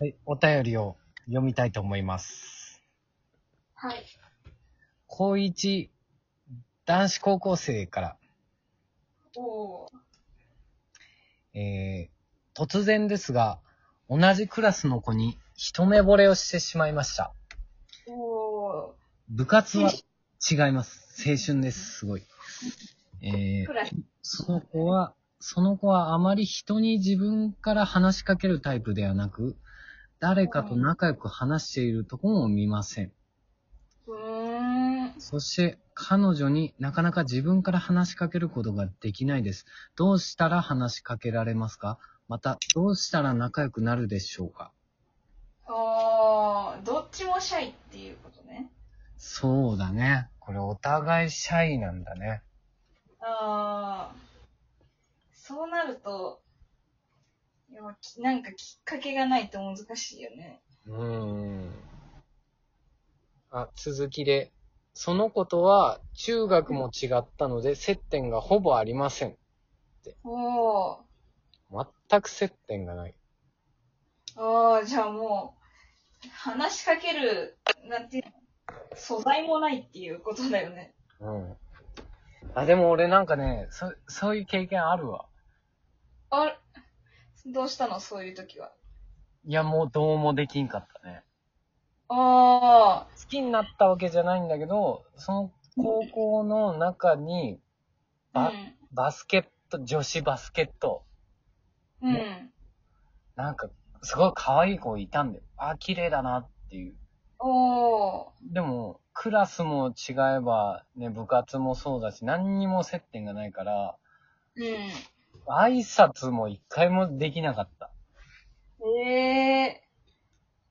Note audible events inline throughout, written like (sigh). はい、お便りを読みたいと思います。はい。高一男子高校生から、おーえー、突然ですが、同じクラスの子に一目惚れをしてしまいました。お部活は違います。青春です。すごい。えーーく、らい。その子は、その子はあまり人に自分から話しかけるタイプではなく、誰かと仲良く話しているとこも見ません。うーん。そして、彼女になかなか自分から話しかけることができないです。どうしたら話しかけられますかまた、どうしたら仲良くなるでしょうかおーどっちもシャイっていうことね。そうだね。これお互いシャイなんだね。あーそうなると、いやきなんかきっかけがないと難しいよね。うーん。あ、続きで。その子とは中学も違ったので接点がほぼありません。おー全く接点がない。おーじゃあもう、話しかける、なんていうの素材もないっていうことだよね。うん。あ、でも俺なんかね、そ、そういう経験あるわ。あどうしたのそういう時は。いや、もうどうもできんかったね。あ好きになったわけじゃないんだけど、その高校の中に、あバ、バスケット、女子バスケット、うん。うん。なんか、すごい可愛い子いたんだよ。あ、綺麗だなっていう。おーでも、クラスも違えば、ね、部活もそうだし、何にも接点がないから、うん。挨拶も一回もできなかった。ええ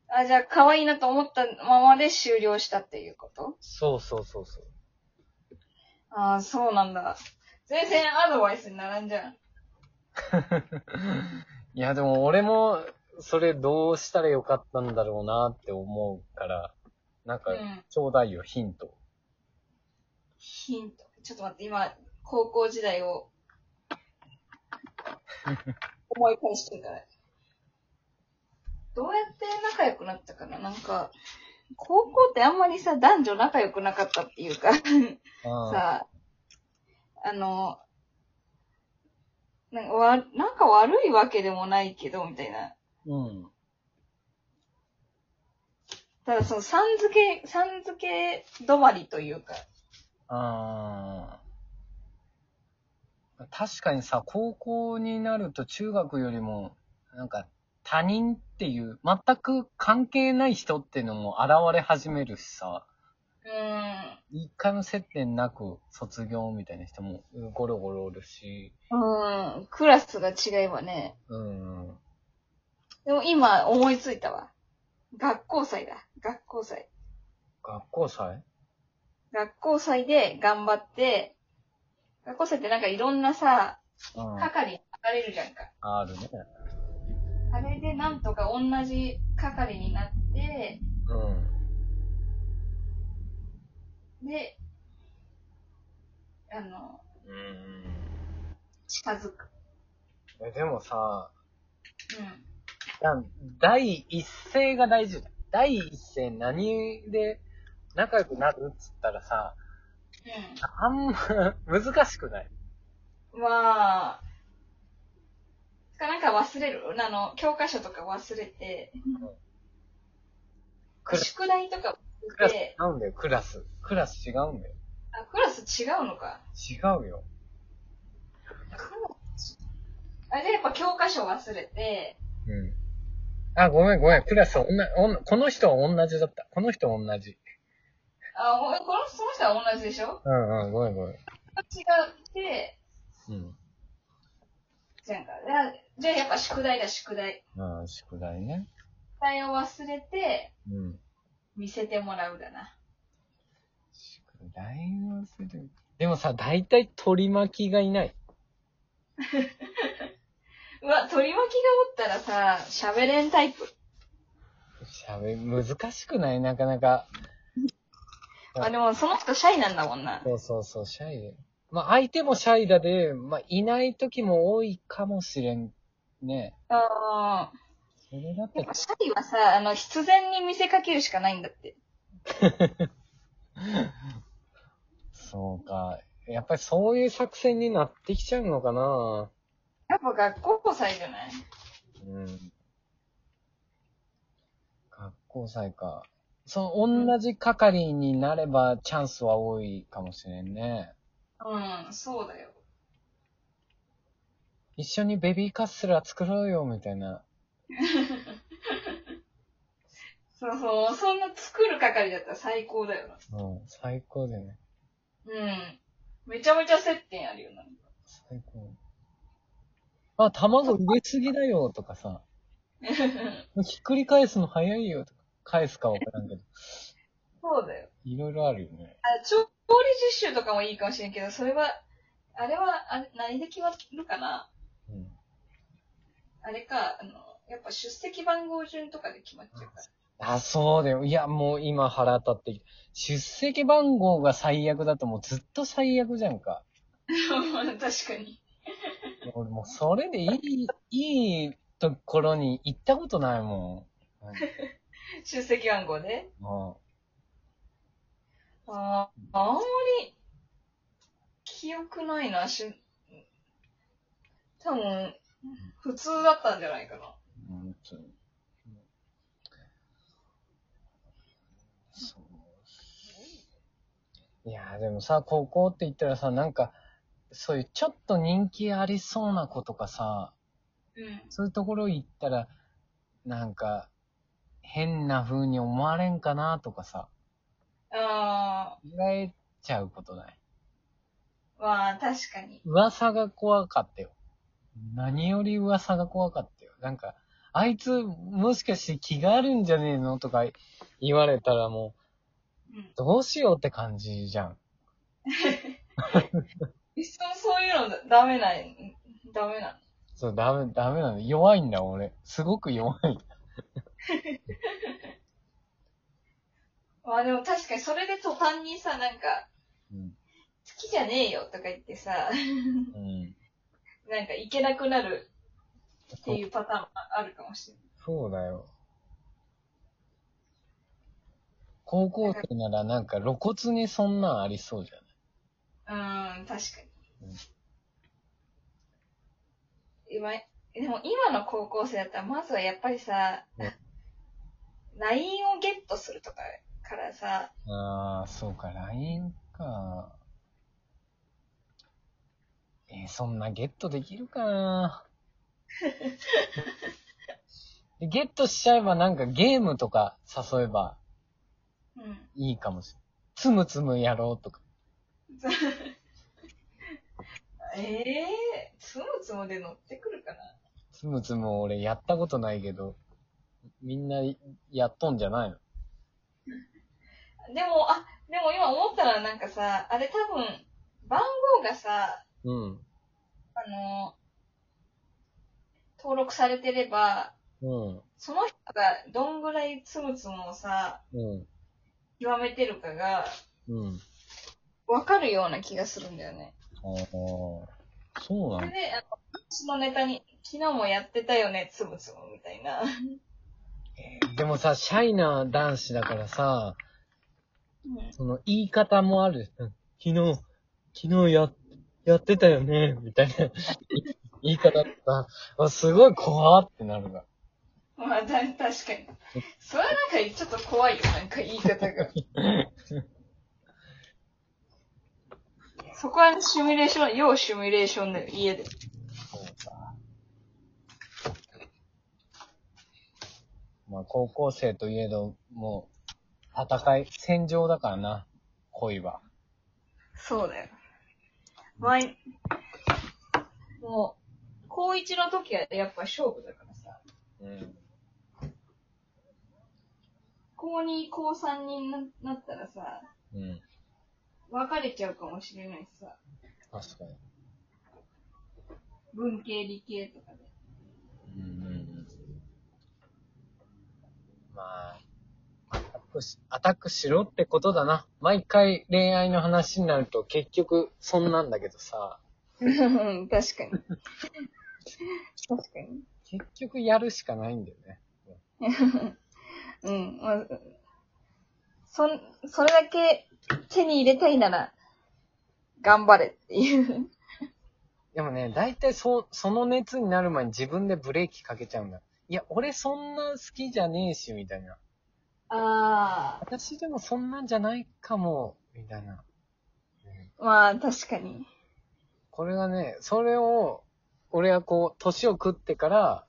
あ、じゃあ、可愛いなと思ったままで終了したっていうことそうそうそうそう。ああ、そうなんだ。全然アドバイスにならんじゃん。いや、でも俺も、それどうしたらよかったんだろうなって思うから、なんかう、ん。ちょうだいよ、ヒント。ヒント。ちょっと待って、今、高校時代を思い返してるから。どうやって仲良くなったかななんか、高校ってあんまりさ、男女仲良くなかったっていうか。うんさ、あの、なんかわなんか悪いわけでもないけど、みたいな。うん。ただその、さん付け、さん付け止まりというか。あー確かにさ、高校になると中学よりも、なんか、他人っていう、全く関係ない人っていうのも現れ始めるしさ、うー一回も接点なく卒業みたいな人もゴロゴロおるし、ん。うーん。クラスが違えばね。うん。でも今、思いついたわ。学校祭だ。学校祭。学校祭学校祭で頑張って、学校祭ってなんかいろんなさ、うん。係に分かれるじゃんか。あるね。あれでなんとか同じ係になって、うん。で、あの、うん。近づく。え、でもさ、うん。なん第一声が大事だ。第一声何で仲良くなるっつったらさ、あんま難しくないうん。まあ、つかなんか忘れる。あの、教科書とか忘れて、クラス、宿題とかクラ忘れス違て、うんだよ、クラス。クラス違うんだよ。あ、クラス違うのか。違うよ。クラスあれでやっぱ教科書忘れて、うん。あ、ごめんごめん。クラスは同じ、おんこの人は同じだった。この人は同じ。あ、おこのその人は同じでしょうんうん、ごめんごめん。違って、うん。じゃんか。じゃあじゃあやっぱ宿題だ、宿題。まあ、宿題ね。宿題を忘れて、うん。見せてもらうだな。宿題をする。でもさ、大体取り巻きがいない。うわ、取り巻きがおったらさ、喋れんタイプ。喋難しくないなかなか。あ、でもその人シャイなんだもんな。そうそうそう、シャイ。まあ、相手もシャイだで、まあ、いない時も多いかもしれん。ね。あそれだっやってぱ、シャイはさ、あの、必然に見せかけるしかないんだって。そうか。やっぱりそういう作戦になってきちゃうのかなやっぱ学校祭じゃないうん。学校祭か。その、同じ係になればチャンスは多いかもしれんね。うん、そうだよ。一緒にベビーカステラ作ろうよ、みたいな。そうそう、そんな作る係だったら最高だよな。うん、最高だよね。うん。めちゃめちゃ接点あるよな。 (laughs) 最高。あ、卵入れすぎだよ、とかさ。ひっくり返すの早いよ、とか。返すかわからんけど。そうだよ。いろいろあるよね。あ、調理実習とかもいいかもしれんけど、それは、あれは、あれ、何で決まるかなうん。あれか、あの、やっぱ出席番号順とかで決まっちゃうから。あ、そうだよ。いや、もう今腹立ってきた。出席番号が最悪だともうずっと最悪じゃんか。 (laughs) 確かに。俺もうそれでいい、いいところに行ったことないもん。出席番号で。もああ、あんまり、記憶ないな、し、多分、普通だったんじゃないかな。う、本当に。そう。いや、でもさ、高校って言ったらさ、なんか、そういうちょっと人気ありそうな子とかさ、うん。そういうところ行ったら、なんか、変な風に思われんかなとかさ、あ考えちゃうことない。あ、まあ確かに。噂が怖かったよ。何より噂が怖かったよ。なんか、あいつ、もしかして気があるんじゃねえのとか言われたらもうんう、どうしようって感じじゃん。一緒そういうのダメない、ダメなそう、ダメ、ダメなの。弱いんだ、俺。すごく弱い。の。まあでも確かにそれで途端にさ、なんか、うん。好きじゃねえよとか言ってさ、うん。なんかいけなくなるっていうパターンもあるかもしれない。そうだよ。高校生ならなんか露骨にそんなんありそうじゃないうーん、確かうんに。今、でも今の高校生だったら、まずはやっぱりさう、 LINE をゲットするとかからさ、ああ、そうか、LINE か。えーそんなゲットできるか (laughs) なでゲットしちゃえばなんかゲームとか誘えばうん。いいかもしれない。つむつむやろうとか。ええー、つむつむで乗ってくるかなつむつむ俺やったことないけど、みんなやっとんじゃないのでも、あ、でも今思ったらなんかさ、あれ多分、番号がさ、うん。あの、登録されてれば、うん。その人がどんぐらいつむつむをさ、うん。極めてるかが、うん。わかるような気がするんだよね。ああ、そうそなれんだ。で、あの、私のネタに、昨日もやってたよね、つむつむみたいな。でもさ、シャイな男子だからさ、うんその言い方もある。うん昨日、昨日や、やってたよね、みたいな言い方とか、あすごい怖ってなるが。 (laughs) まあ、た確かに。それはなんかちょっと怖いよ、なんか言い方 (laughs) が。そこはシミュレーション、要シミュレーションだよ、家で。そうか。まあ、高校生といえど、もう、戦い、戦場だからな、恋は。そうだよ。前、もう、高一の時はやっぱ勝負だからさ。うん。高二、高三にななったらさ、うん。別れちゃうかもしれないしさ。確かに。文系、理系とかで。 (laughs) うんうんうん。まあ、アタックし、アタックしろってことだな。毎回恋愛の話になると結局そんなんだけどさ。確かに。確かに。結局やるしかないんだよね。うん。まあ、そん、それだけ手に入れたいなら、頑張れっていう。でもね、大体そう、その熱になる前に自分でブレーキかけちゃうんだ。いや、俺そんな好きじゃねえし、みたいな。あ私でもそんなんじゃないかも、みたいな。うんあ。まあ、確かに。これがね、それを、俺はこう、年を食ってから、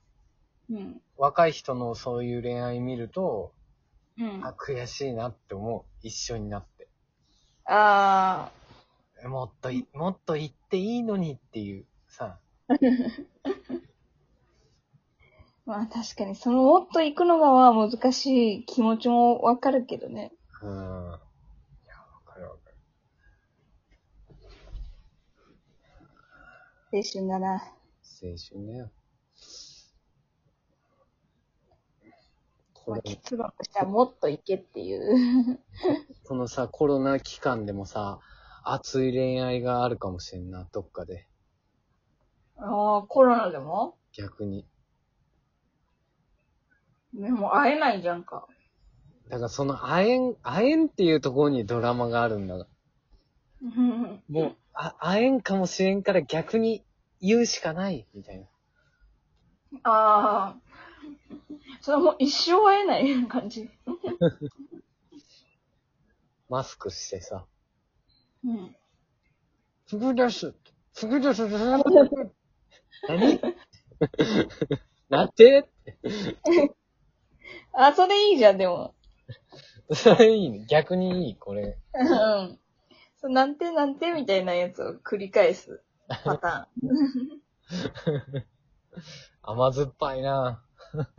うん。若い人のそういう恋愛見ると、うん。ああ、悔しいなって思う。一緒になって。あもっとい、もっと行っていいのにっていう、さ。ー、まあ確かに、そのもっと行くのがは難しい気持ちもわかるけどね。うん。いや、わかるわかる。青春だな。青春だよ。こまあ、れ結論としてはもっと行けっていう。このさ、コロナ期間でもさ、熱い恋愛があるかもしれんな、どっかで。ああ、コロナでも逆に。でも会えないじゃんか。だからその、会えん、会えんっていうところにドラマがあるんだが。うんもう、あ、会えんかもしれんから逆に言うしかない、みたいな。ああ。それはもう一生会えない感じ。マスクしてさ、うん。次です次です何 (laughs) なんてあ、それいいじゃん、でも。それいいね。逆にいい、これ。うん。そうなんてなんてみたいなやつを繰り返すパタ甘酸っぱいな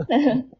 ーン。